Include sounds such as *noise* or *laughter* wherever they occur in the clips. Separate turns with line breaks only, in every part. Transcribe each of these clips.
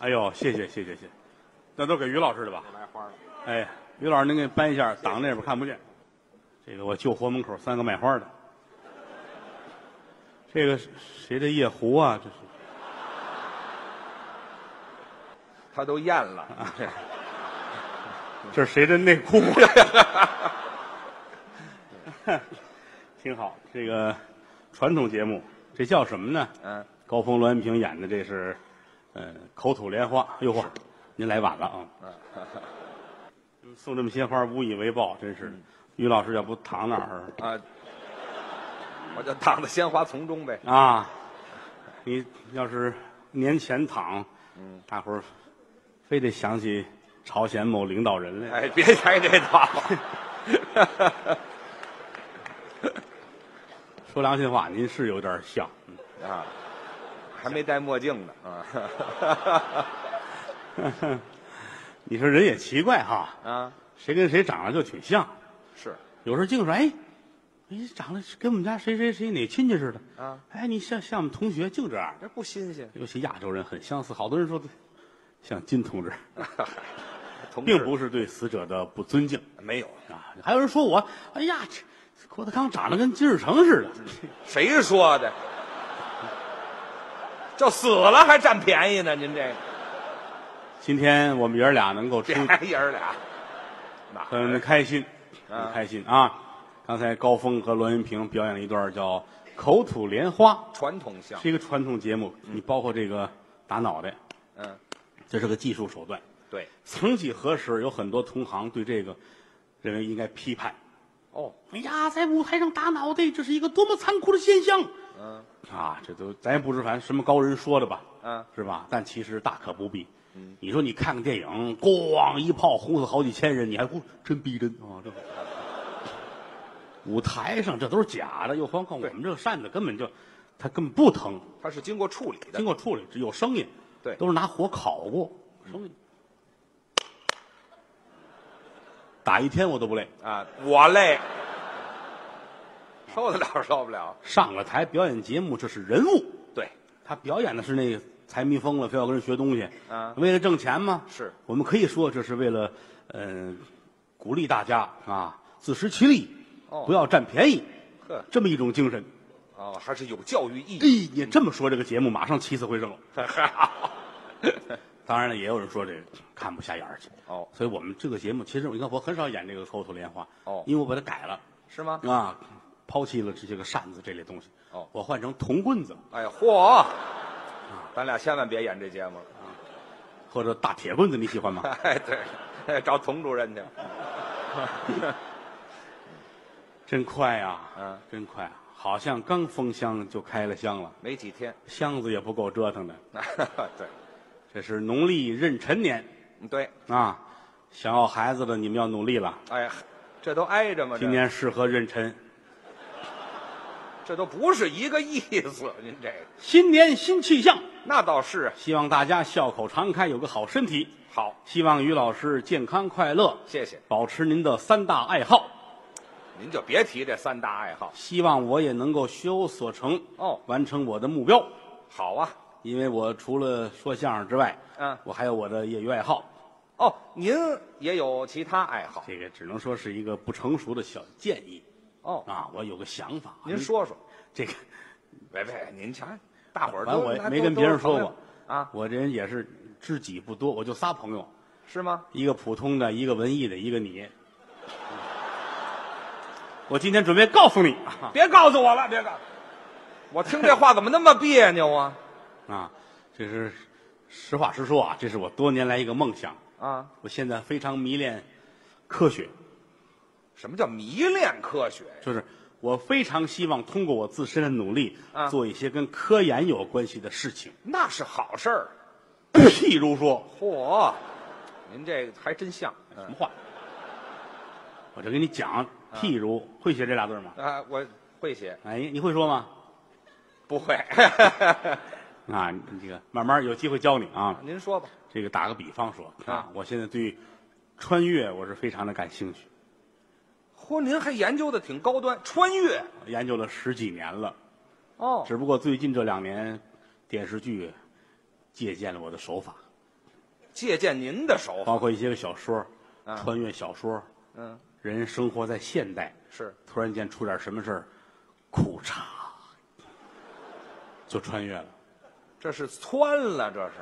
哎呦，谢谢谢谢谢谢，那都给于老师的吧？
来花了，
哎，于老师，您给搬一下，挡那边看不见。这个我就活门口三个卖花的。这个是谁的夜壶啊？这是
他都咽了。 *laughs*
这是谁的内裤 *laughs* 啊？挺好，这个传统节目，这叫什么呢？
嗯，
高峰、栾云平演的这是，呃，口吐莲花。哟嚯，您来晚了啊！
*laughs*
送这么些花，无以为报，真
嗯
是。于老师要不躺那儿
啊，我就躺在鲜花丛中呗。
啊？你要是年前躺，
嗯
大伙儿非得想起朝鲜某领导人来。
哎，别猜这 *laughs* 套。
说良心话，您是有点像。
啊，还没戴墨镜呢啊
你说人也奇怪哈，
啊，
谁跟谁长得就挺像，
是
有时候净说哎，哎长得是跟我们家谁谁谁哪亲戚似的，
啊，
哎你像像我们同学，净这样。
这不新鲜，
尤其亚洲人很相似，好多人说像金同志，
同
并
志
不是对死者的不尊敬
没有，
啊。还有人说我，哎呀，这郭德纲长得跟金日成似的，
嗯谁说的？就死了还占便宜呢？您这
今天我们爷儿俩能够出
这，还爷儿俩，哪
很开心，
啊
很开心啊！刚才高峰和栾云平表演了一段叫《口吐莲花
传统》，相
是？一个传统节目，你包括这个打脑袋，
嗯，
这是个技术手段。
对，
曾几何时，有很多同行对这个认为应该批判。
哦，
哎呀，在舞台上打脑袋，这是一个多么残酷的现象
嗯
啊！这都咱也不知凡什么高人说的吧，
嗯，
是吧？但其实大可不必。你说你看个电影，咣一炮轰死好几千人，你还呼真逼真啊！这舞台上这都是假的，又何况我们这个扇子根本就，它根本不疼，
它是经过处理的
经，过处理只有声音，
对嗯
都是拿火烤过，声音。打一天我都不累，
啊，我累，受得了受不了？
上了台表演节目，这是人物。
对，
他表演的是那个财迷疯了，非要跟人学东西，
啊
为了挣钱吗？
是，
我们可以说这是为了，呃，鼓励大家啊，自食其力，
哦
不要占便宜，
呵，
这么一种精神。
哦，还是有教育意义。
哎，你这么说，这个节目马上起死回生了。当然了，也有人说这看不下眼儿去。
哦
所以我们这个节目，其实你看，我很少演这个《口吐莲花》，
哦
因为我把它改了
*laughs* 是吗？
啊，抛弃了这些个扇子这类东西，
哦
我换成铜棍子
哎呀，嚯！咱俩千万别演这节目了。 *laughs*
或者大铁棍子，你喜欢吗？
哎，对，哎找佟主任去。
真快呀、
嗯
真快、啊，好像刚封箱就开了箱了，
没几天， *laughs*
箱子也不够折腾的。
对，
这是农历壬辰年
嗯对，
啊，想要孩子的你们要努力了。
哎，这都挨着吗？这
今年适合壬辰，
这都不是一个意思。您这个
新年新气象，
那倒是
希望大家笑口常开，有个好身体。
好，
希望于老师健康快乐，
谢谢
保持您的三大爱好。
您就别提这三大爱好。
希望我也能够学有所成
哦
完成我的目标。
好啊，
因为我除了说相声之外，
嗯
我还有我的业余爱好。
哦，您也有其他爱好
这个只能说是一个不成熟的小建议
哦？
啊，我有个想法。
您说说，
这个，
喂喂，您瞧，大伙儿
反正
都
我也
那
没
都
跟
都
别
是
人说
朋友
过
啊，
我这人也是知己不多，我就仨朋友，
是吗？
一个普通的，一个文艺的，一个你。嗯我今天准备告诉你啊
别告诉我了，别告诉我，我听这话怎么那么别扭啊？
啊，这是实话实说啊，这是我多年来一个梦想。
啊，
我现在非常迷恋科学，
什么叫迷恋科学呀？
就是我非常希望通过我自身的努力，
啊
做一些跟科研有关系的事
*laughs*
情。
那是好事儿。
譬如说，
嚯，您这个还真像。
什
嗯
么话？我就跟你讲，譬如、会写这俩字吗？
啊，我会写，
哎，你会说吗？
不会。
啊，你这个慢慢有机会教你啊。
*laughs* 您说吧。
这个打个比方说啊
啊，
我现在对穿越我是非常的感兴趣，
嚯，您还研究的挺高端，穿越
我研究了十几年了。
哦，
只不过最近这两年电视剧、借鉴了我的手法，
借鉴您的手法。
包括一些个小说，
啊
穿越小说，
嗯，
人生活在现代，
是
突然间出点什么事儿，裤衩就穿越了。
这是穿了，这是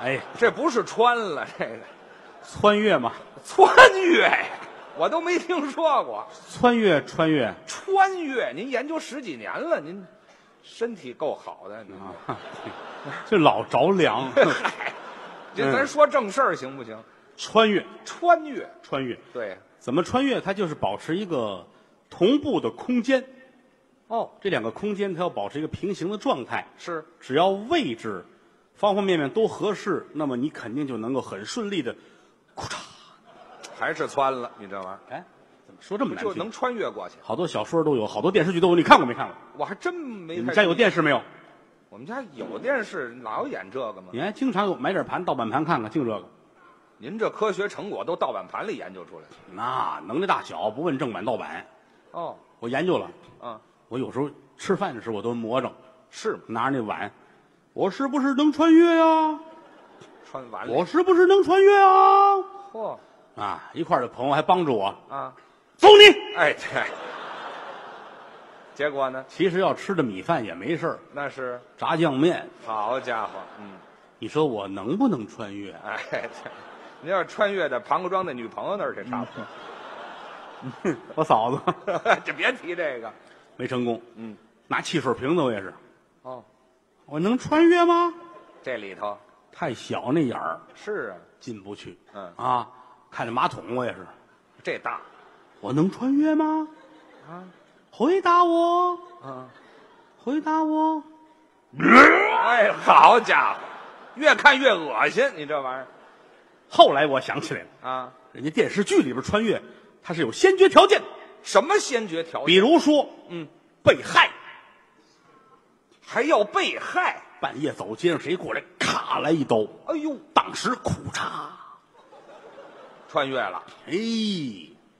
哎，
这不是穿了，这个
穿越嘛，
穿越呀，我都没听说过
穿越穿越
穿越。您研究十几年了，您身体够好的，您
啊，这老着 *laughs* 凉。
这咱说正事儿行不行？
穿越
穿越，
穿越
对，
怎么穿越？它就是保持一个同步的空间，
哦，
这两个空间它要保持一个平行的状态。
是
只要位置方方面面都合适，那么你肯定就能够很顺利的，裤衩。
还是穿了？你这玩意儿
哎，怎么说这么难
就
听？
能穿越过去，
好多小说都有，好多电视剧都有，你看过没看过？
我还真没
你
太。
们家有电视没有？
我们家有电视，老演这个吗？
你还经常有买点盘盗版盘看看，净这个。
您这科学成果都盗版盘里研究出来的。
那能耐大小不问正版盗版，
哦，
我研究了。
啊，
我有时候吃饭的时候我都魔怔，
是吗
拿着那碗，我是不是能穿越呀、
穿碗里。
我是不是能穿越啊？
嚯
啊，一块儿的朋友还帮助我，
啊，
走你！
哎对。 *laughs* 结果呢？
其实要吃的米饭也没事儿，
那是
炸酱面，
好家伙，嗯，
你说我能不能穿越？啊
哎，这您要穿越到庞各庄那女朋友那儿去，差不
我嫂子
多。 *laughs* 就别提这个。
没成功，
嗯，
拿汽水瓶子我也是，
哦，
我能穿越吗？
这里头
太小那眼儿
是啊，
进不去，
嗯，
啊，看着马桶我也是，
这大
我能穿越吗？
啊
回答我，
啊，
回答我，
哎，好家伙，越看越恶心，你这玩意
后来我想起来了，
儿啊，
人家电视剧里边穿越，它是有先决条件的，
什么先决条
比
件？
如说
嗯，
被害，
还要被害？
半夜走街上谁过来，咔来一刀，
哎呦，
当时苦嚓，
穿越了，
哎，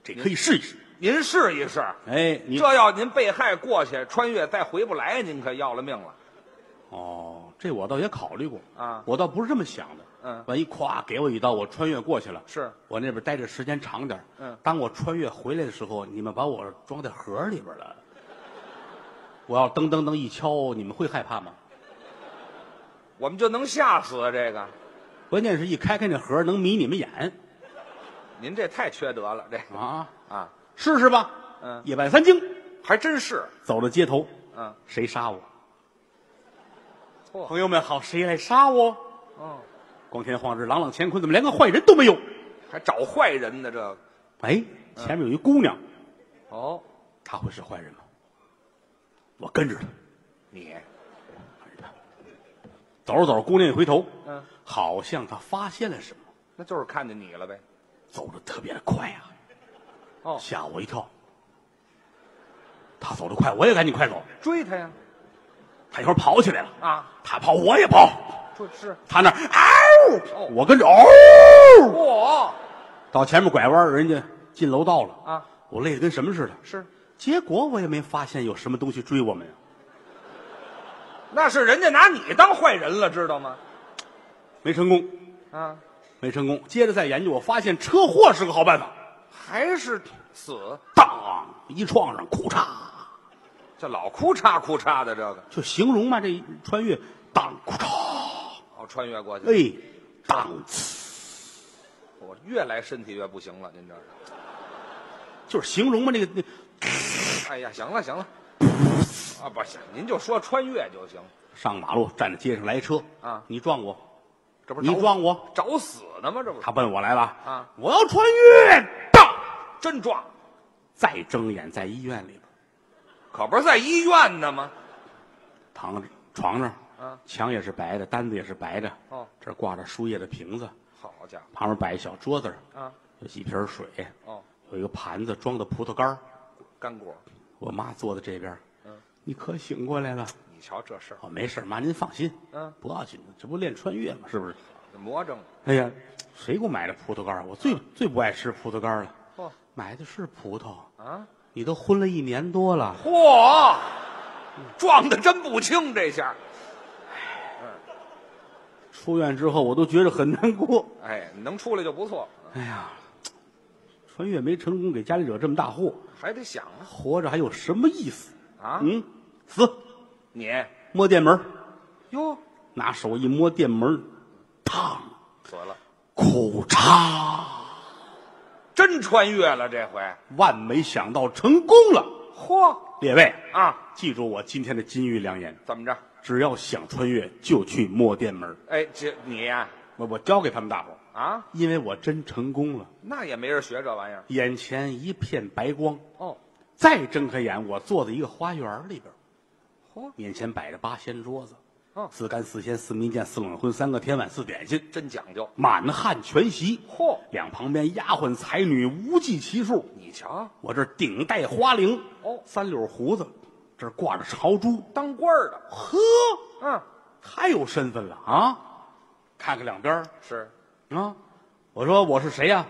这可以试一试，
您试一试。
哎，你
嗯这要您被害过去，穿越再回不来，您可要了命了。
哦，这我倒也考虑过
啊
我倒不是这么想的，
嗯
万一咵给我一刀，我穿越过去了，
是
我那边待着时间长点儿
嗯
当我穿越回来的时候，你们把我装在盒里边了，我要噔噔噔一敲，你们会害怕吗？
我们就能吓死啊这个。
关键是一开开那盒能迷你们眼
您这太缺德了，这个
啊，
啊，
试试吧，
嗯
夜半三更
还真是，
走到街头，
嗯，
谁杀我？
嚯
朋友们好，谁来杀我？
哦，
光天化日，朗朗乾坤，怎么连个坏人都没有？
还找坏人呢，这个
哎，前面有一姑娘，
哦，
他会是坏人吗？我跟着他，
你
跟着他，走着走着，姑娘一回头，
嗯，
好像她发现了什么，
那就是看见你了呗。
走的特别的快啊，
哦，
吓我一跳。她走得快，我也赶紧快走。
追他呀，
她一会儿跑起来了，
啊，
她跑我也跑，
这是
她那儿嗷、
哦
我跟着嗷、
嚯
到前面拐弯，人家进楼道了，
啊，
我累得跟什么似的。
是，
结果我也没发现有什么东西追我们呀。
那是人家拿你当坏人了，知道吗？
没成功，
啊，
没成功。接着再研究，我发现车祸是个好办法。
还是死，
当一撞上，裤衩
这老哭嚓哭嚓的这个，
就形容嘛，这穿越当裤衩，
哦，穿越过去，
哎，当呲
我越来身体越不行了，您这是，
就是形容嘛，那个那
哎呀，行了行了，啊，不行，您就说穿越就行，
上马路站在街上来车
啊
你撞我，
这不是
你
找
撞我，
找死呢吗？这不是
他奔我来了
啊！
我要穿越，当
真撞，
再睁眼在医院里边
可不是在医院呢吗？
躺着床上，
啊，
墙也是白的，单子也是白的，
哦，
这儿挂着输液的瓶子，
好家
旁边摆一小桌子，
伙，啊，
有几瓶水，
哦，
有一个盘子装的葡萄干儿
干果，
我妈坐在这边，
嗯，
你可醒过来了。
你瞧这事儿，
哦，没事儿，妈您放心，
嗯，
不要紧的，这不练穿越吗？是不是？
这魔怔了，
哎呀，谁给我买的葡萄干儿？我最最不爱吃葡萄干儿了，
嚯
买的是葡萄，
哦啊，
你都昏了一年多了，
嚯，撞的真不轻，这下
出院之后，我都觉着很难过。
哎，能出来就不错，
哎呀，穿越没成功，给家里惹这么大祸，
还得想啊
活着还有什么意思？
啊！
嗯，死，
你
摸电门，
哟，
拿手一摸电门，烫，
死了，
苦嚓！
真穿越了这回，
万没想到成功了，
嚯
列位，
啊！
记住我今天的金玉良言，
怎么着？
只要想穿越就去摸电门。
哎，这你呀、
我我教给他们大伙儿，
啊，
因为我真成功了，
那也没人学这玩意儿
眼前一片白光。
哦。
再睁开眼，我坐在一个花园里边，
嚯，
面前摆着八仙桌子，
哦
四干四鲜四蜜饯四冷荤三个甜碗四点心，
真讲究。
满汉全席。
嚯，
两旁边丫鬟才女无计其数，
你瞧，
我这顶戴花翎，
哦
三绺胡子，这挂着朝珠，
当官儿的，
呵，
嗯，
太有身份了啊！看看两边儿
是，
啊，我说我是谁呀、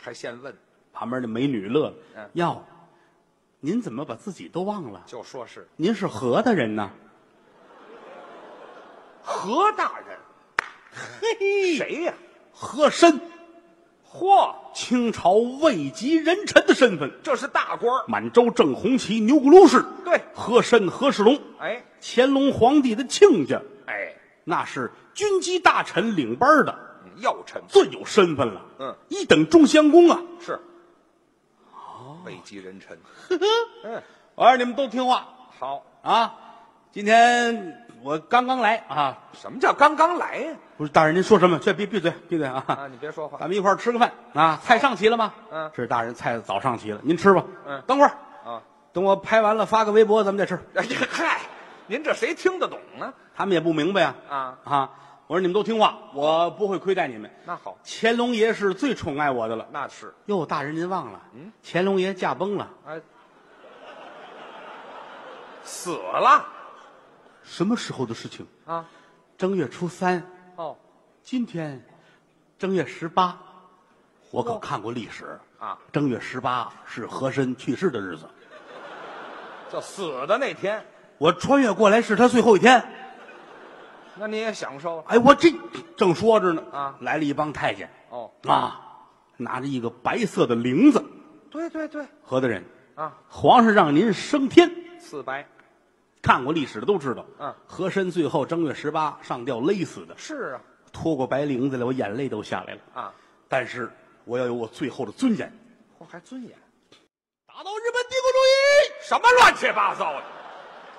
还现问，
旁边那美女乐了
嗯，
哟，您怎么把自己都忘了？
就说是
您是何大人呢？
何大人，
嘿，
谁呀？
和珅，
嚯，
清朝位极人臣的身份，
这是大官儿。
满洲正红旗钮钴禄氏，
对，
和珅和世龙，
哎
乾隆皇帝的亲家，
哎，
那是军机大臣领班的，
嗯要臣
最有身份了。
嗯，
一等中乡公 *laughs* 啊。
是，位极人臣。嗯，
我啊让你们都听话
好，
啊！今天我刚刚来啊，
什么叫刚刚来呀？
不是大人您说什么？去闭闭嘴，闭嘴啊！
啊，你别说话。
咱们一块儿吃个饭啊！菜上齐了吗？
嗯
是大人菜早上齐了，您吃吧。
嗯
等会儿
啊，
等我拍完了发个微博，咱们再吃。
*laughs* 哎呀，嗨，您这谁听得懂呢？
他们也不明白呀、
啊，
啊！我说你们都听话，我不会亏待你们。
那好，
乾隆爷是最宠爱我的了。
那是，
哟，大人您忘了，
嗯，
乾隆爷驾崩了，
哎，死了
什么时候的事情？
啊？
正月初三，
哦，
今天正月十八，我可看过历史
啊，
正月十八是和珅去世的日子，
就死的那天，
我穿越过来是他最后一天。
那你也享受了
哎，我这正说着呢，
啊
来了一帮太监，
哦？
啊，拿着一个白色的铃子，
对对对，
何大人，
啊，
皇上让您升天，
四白
看过历史的都知道，
嗯
和珅最后正月十八上吊勒死的，
是啊
拖过白绫子来，我眼泪都下来了。
啊，
但是我要有我最后的尊严，
嚯，还尊严，
打倒日本帝国
什么乱七八糟的？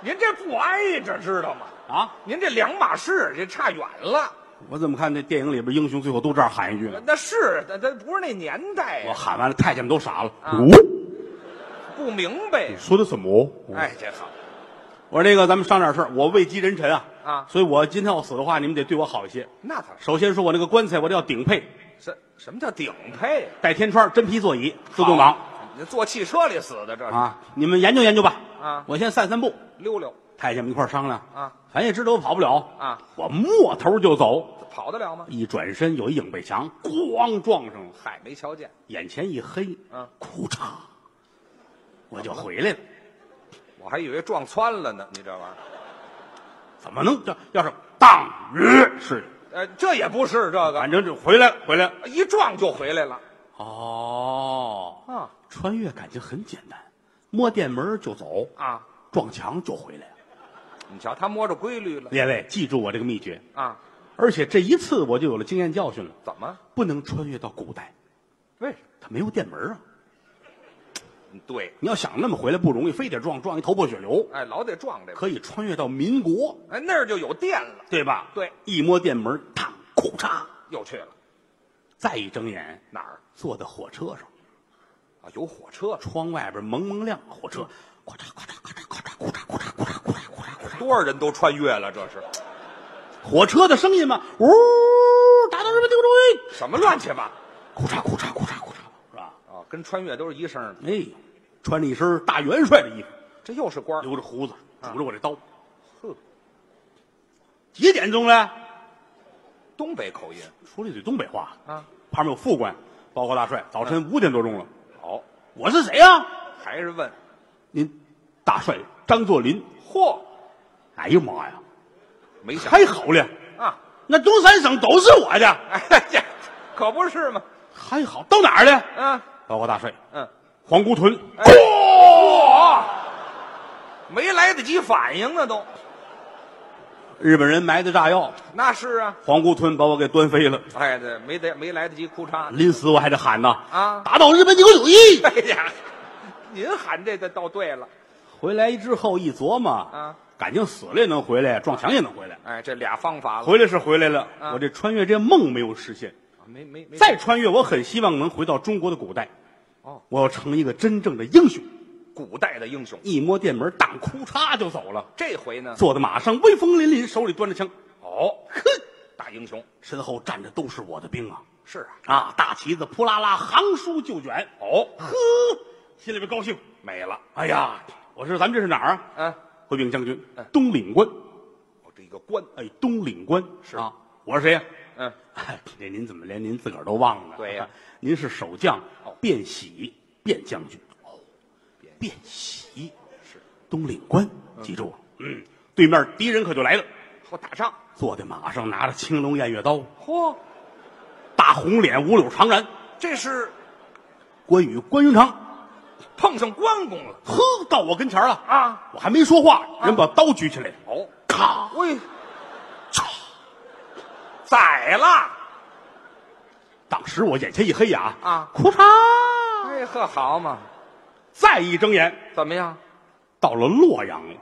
您这不挨着知道
主
吗？
义啊！
您这两码事，这差远了。
我怎么看这电影里边英雄最后都这样喊一句呢？
呃那是，那那不是那年代
我
呀，
喊完了，太监们都傻了。
啊
哦，
不明白
你。说的什么？
哎，这好，
我说那个，咱们商量点事儿。我位极人臣啊，
啊
所以我今天要死的话，你们得对我好一些。
那倒是。
首先说我那个棺材，我得要顶配，
什什么叫顶配呀？
带天窗，真皮座椅，自动挡
好，你坐汽车里死的这是
啊！你们研究研究吧。
啊
我先散散步。
溜溜
太监们一块儿商量
啊，
咱也知道我跑不了
啊，
我摸头就走，
跑得了吗？
一转身有一影被墙，咣撞上了，
嗨，没瞧见，
眼前一黑，
嗯，
裤衩，我就回来了。
我还以为撞穿了呢。你这玩意儿，
怎么能这要是当日是，
呃，这也不是这个，
反正就回来了，回来了。
一撞就回来了
哦，
啊
穿越感情很简单，摸电门就走，
啊！
撞墙就回来。
你瞧，他摸着规律了
列位记住我这个秘诀，
啊？
而且这一次我就有了经验教训了，
怎么？
不能穿越到古代，
为什
它没有电门啊。
么？嗯对，
你要想那么回来不容易，非得撞撞一头破血流。
哎，老得撞这个。
可以穿越到民国，
哎，那儿就有电了，
对吧？
对，
一摸电门，烫，裤嚓，
又去了
再一睁眼，
哪儿
坐在火车上，
啊？有火车，
窗外边蒙蒙亮，火车，咔嚓咔嚓咔嚓咔嚓，咔嚓咔嚓咔嚓咔嚓咔嚓咔嚓，
多少人都穿越了，这是
火车的声音嘛，呜，打到日本帝国主义，
什么乱七八
裤嚓裤嚓裤嚓裤嚓，是吧？
啊？跟穿越都是一声的。
哎，穿着一身大元帅的衣服，
这又是官儿，
留着胡子，拄着我这刀，
呵，
几点钟了？
东北口音
说了一嘴东北话，
啊。
旁边有副官，报告大帅，早晨五点多钟了。
好，
我是谁呀、
还是问，
您大帅张作霖。
嚯，
哎呀妈呀，
没想
太好了！
啊，
那东三省都是我的，
哎，这可不是嘛。
还好到哪儿了？
嗯
报告大帅，
嗯，
皇姑屯。
哎哇，没来得及反应呢都。
日本人埋的炸药，
那是啊，
皇姑屯把我给端飞了，
哎，对，没得没来得及哭嚓呢。
临死我还得喊呐
啊 *laughs*
打倒日本九九一！
哎呀，您喊这个倒对了
回来之后一琢磨，
啊！
感情死了也能回来，撞墙也能回来。
哎，这俩方法了，
回来是回来了，
啊
我这穿越这梦没有实现。
没没没
再穿越，我很希望能回到中国的古代。
哦，
我要成一个真正的英雄。
古代的英雄，
一摸电门，当哭嚓就走了，
这回呢？
坐在马上，威风凛凛，手里端着枪，
啊哦，大英雄
身后站着都是我的兵啊！
是啊，
啊，大旗子扑啦啦，行书就卷。
哦，
呵，心里边高兴。
美了，
哎呀，我说咱们这是哪儿啊？
嗯，
回禀将军
嗯，
东岭关。
我哦这一个官，
哎，东岭关
是
啊，我是谁呀、
嗯，
哎，这您怎么连您自个儿都忘了呢？
对呀
*laughs* 您是守将
哦
卞喜，卞将军。哦，卞喜是东岭关，记住了。嗯，对面敌人可就来了，
好打仗，
坐在马上，拿着青龙偃月刀，
嚯，
大红脸，五柳长髯，
这是
关羽关云长，
碰上关公了
呵，到我跟前儿了
啊！
我还没说话，人把刀举起来了，
哦，
咔，
喂，宰了，
当时我眼前一黑呀，
啊
裤衩，
哎呵，好嘛，
再一睁眼，
怎么样？
到了洛阳了，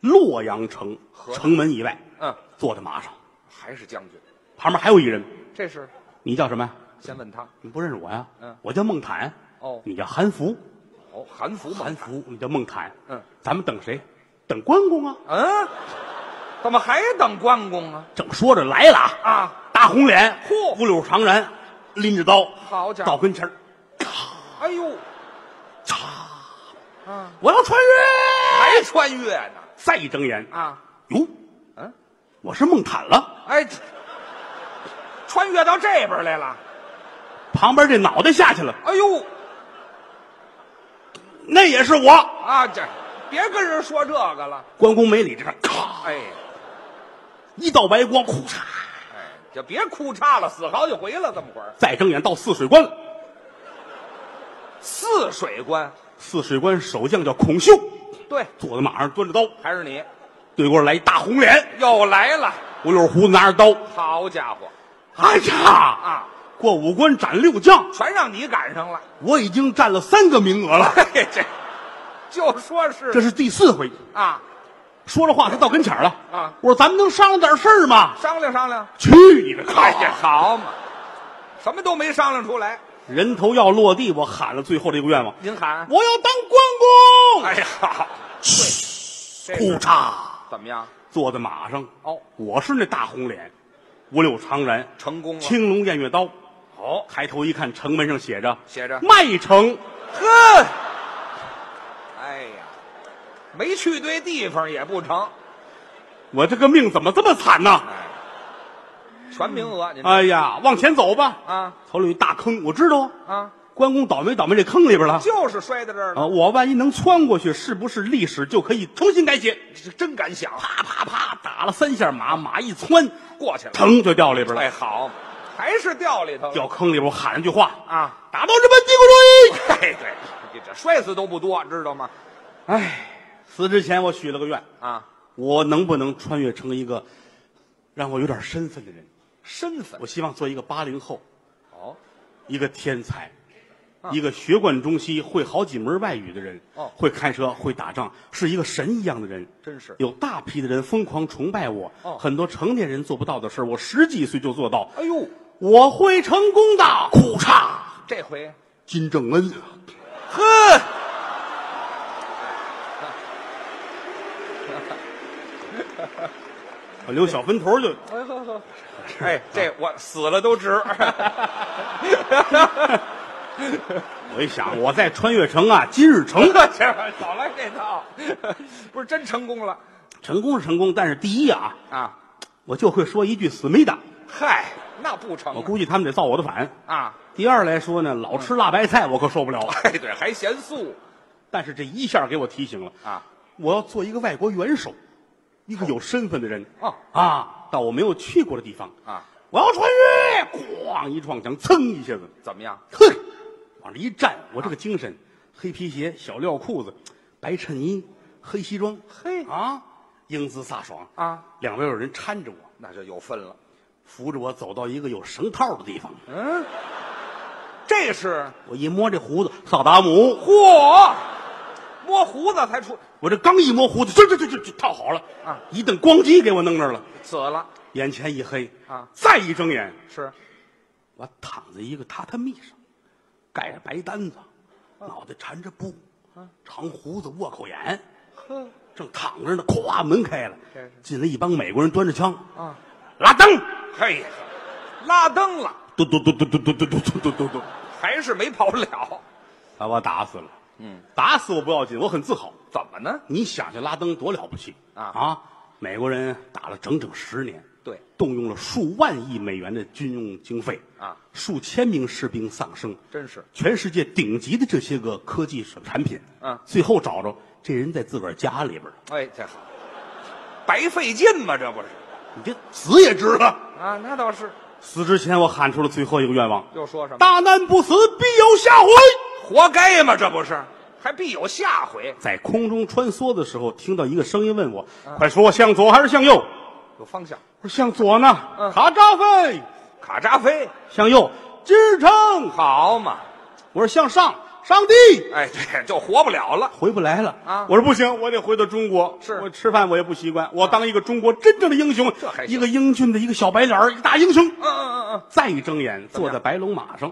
洛阳城
河南
城门以外，
嗯，
坐在马上，
还是将军，
旁边还有一人，
这是
你叫什么呀？
先问他。
你不认识我呀？
嗯
我叫孟坦。
哦
你叫韩福，
哦，韩服吗
韩福，你叫孟坦。
嗯，
咱们等谁？等关公啊！
嗯，怎么还等关公啊？
正说着来了啊，
啊，
大红脸，
嚯
五柳长髯，拎着刀，
好家伙
到跟前儿，
哎呦，
嚓！
啊，
我要穿越！
还穿越呢
再一睁眼，
啊，
哟，
嗯，
我是孟坦了。
哎，这穿越到这边来了，
旁边这脑袋下去了，
哎呦
那也是我。
啊，这别跟人说这个了，
关公没理这事儿，咔，
哎
一道白光，库嚓！
哎，就别哭叉了，死好几回了，这么会儿
再睁眼到汜水关了。
汜水关，
汜水关守将叫孔秀，
对，
坐在马上端着刀，
还是你
对过来一大红脸，
又来了，
五柳胡子拿着刀。
好家伙
哎呀，
啊，
过五关斩六将，
全让你赶上了， *laughs*
我已经占了三个名额了，
嘿，这就说是
这是第四回。
啊，
说着话，他到跟前儿了。
啊，
我说咱们能商量点事儿吗？
商量商量。
去你的！
哎
哎
呀，
呀，
好嘛，什么都没商量出来。
人头要落地，我喊了最后这个愿望，
您喊，
我要当关公。
啊哎呀，好，对，
库
这是
嚓，
怎么样？
坐在马上。
哦，
我是那大红脸，五柳长髯，
成功了。
青龙偃月刀。
好，
抬头一看，城门上写着
写着
麦城。
呵，哎呀，没去对地方也不成。
我这个命怎么这么惨呢？
哎，全名额，您
哎呀，往前走吧。
啊
头里有一大坑，我知道啊。
啊，
关公倒霉倒霉这坑里边了
就是摔在这儿了，
啊！我万一能穿过去，是不是历史就可以重新改写？
这真敢想，
啪啪啪，打了三下马，马一窜，
过去了。
腾就掉里边
哎，
了。
好，还是掉里头了
掉坑里边，我喊了句话
啊！：“
打倒日本帝国主义
哎，对，你这摔死都不多，知道吗？！”
死之前，我许了个愿，
啊，
我能不能穿越成一个让我有点身份的人？
身份
我希望做一个八零后，
哦，
一个天才，一个学贯中西、会好几门外语的人，
啊哦
会开车、会打仗，是一个神一样的人。
真是
有大批的人疯狂崇拜我，
哦
很多成年人做不到的事儿我十几岁就做到，
哎呦，
我会成功的。库嚓，
这
*laughs*
回
金正恩，啊
呵，
留小分头就
哎呵呵，哎，这我死了都值。 *laughs*
我一想，我在穿越城啊，今日成
少来这套，不是真成功了
成功是成功，但是第一啊，
啊！
我就会说一句思密达，
嗨，那不成
我
了
估计他们得造我的反。
啊！
第二来说呢，老吃辣白菜我可受不了。 *laughs*
哎，对，还嫌素
但是这一下给我提醒了，
啊！
我要做一个外国元首，一个有身份的人
哦
啊！到我没有去过的地方
啊，
我要穿越，咣一撞墙，噌一下子，
怎么样？
哼，往这一站，我这个精神，黑皮鞋、小料裤子、白衬衣、黑西装，
嘿
啊，英姿飒爽
啊！
两边有人搀着我，
那就有分了。
扶着我走到一个有绳套的地方，
嗯，这是
我一摸这胡子，萨达姆，
嚯，摸胡子才出
我这刚一摸胡子，这这这这这套好了
啊！
一顿咣叽给我弄那儿了，
死了
眼前一黑
啊！
再一睁眼，
是
我躺在一个榻榻米上，盖着白单子，脑袋缠着布，长胡子窝口眼，
呵
正躺着呢，咵门开了
这是，
进来一帮美国人端着枪，
啊，
拉登，
嘿，拉灯了
嘟嘟嘟嘟嘟嘟嘟嘟嘟嘟嘟嘟，
还是没跑了，
把我打死了。嗯，打死我不要紧，我很自豪。
怎么呢？
你想想拉登多了不起
啊
美国人打了整整十年，
对，
动用了数万亿美元的军用经费
啊，
数千名士兵丧生，
真是
全世界顶级的这些个科技产品，
嗯
最后找着这人在自个儿家里边儿
哎，这好，白费劲嘛，这不是
你这死也值了。
啊？那倒是，
死之前，我喊出了最后一个愿望：
又说什么？
大难不死，必有下回。
活该嘛，这不是，还必有下回。
在空中穿梭的时候，听到一个声音问我：“
嗯
快说，向左还是向右
有方向，？”
我说：“向左呢。
嗯
卡扎菲。
卡扎菲，
向右，支撑。
好嘛，
我说向上，上帝
哎，对，就活不了了。
回不来了
啊
我说不行，我得回到中国。
是
我吃饭我也不习惯，我当一个中国真正的英雄
这还，行
一个英俊的一个小白脸儿，一个大英雄。
嗯嗯嗯
再一睁眼，
么
坐
样
在白龙马上，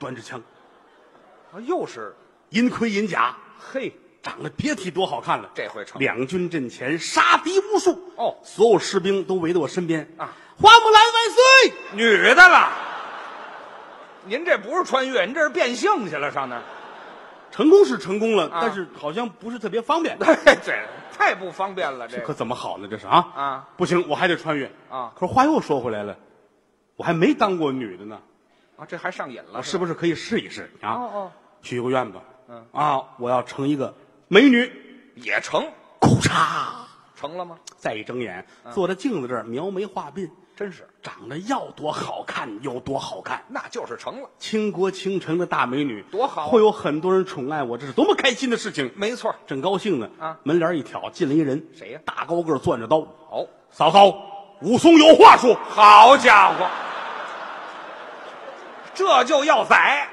端着枪，
嗯，又是，
银盔银甲，
嘿，
长得别提多好看了。
这回成
两军阵前，杀敌无数。
哦
所有士兵都围到我身边
啊！
花木兰万岁！
女的了。您这不是穿越，您这是变性去了，上那儿。 *laughs*
成功是成功了，
啊
但是好像不是特别方便。
这太不方便了，这
这可
个
怎么好呢？这是啊
啊！
不行，我还得穿越
啊
可是话又说回来了，我还没当过女的呢，
啊，这还上瘾了，
我哦是
吧？
不是可以试一试啊？
哦哦，
许个愿吧。
嗯
啊，我要成一个美女。
也成，
裤嚓！
成了吗？
再一睁眼，
嗯
坐在镜子这儿描眉画鬓，
真是，
长得要多好看有多好看，
那就是成了，
倾国倾城的大美女，
多好啊
会有很多人宠爱我，这是多么开心的事情！
没错。
正高兴呢，
啊
门帘一挑，进来一人，
谁呀
大高个儿攥着刀，
哦，
嫂嫂，武松有话说。
好家伙，这就要宰，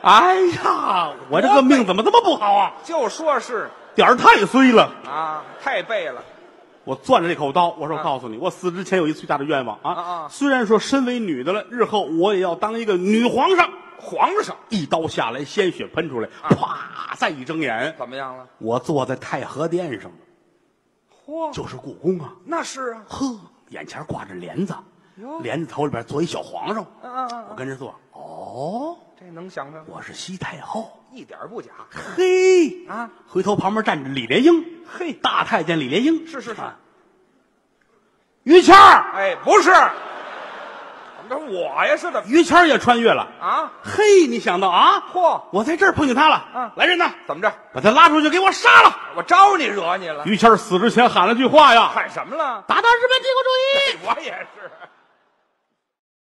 哎呀，我这个命怎么这么不好啊？
就说是
点儿太衰了。
啊，太背了，
我攥着这口刀，我说：“我
啊
告诉你，我死之前有一最大的愿望
啊
啊
啊！
虽然说身为女的了，日后我也要当一个女皇上。”
皇上啊
一刀下来，鲜血喷出来，啪！再一睁眼，
怎么样了？
我坐在太和殿上，
嚯，
就是故宫啊。
那是啊，
呵，眼前挂着帘子
哟，
帘子头里边坐一小皇上，
嗯嗯嗯
我跟着坐。哦，
这能想象吗？
我是西太后。
一点儿不假。
嘿
啊！
回头旁边站着李莲英，
嘿
大太监李莲英，
是是是
啊于谦儿，
哎，不是，怎么着我呀？是怎么
于谦儿也穿越了。
啊？
嘿，你想到啊？
嚯，
我在这儿碰见他了。
嗯
来人呐，
怎么着？
把他拉出去，给我杀了！
我招你惹你了？
于谦儿死之前喊了句话呀
喊什么：“了？
打倒日本帝国主义
*laughs* 我也是。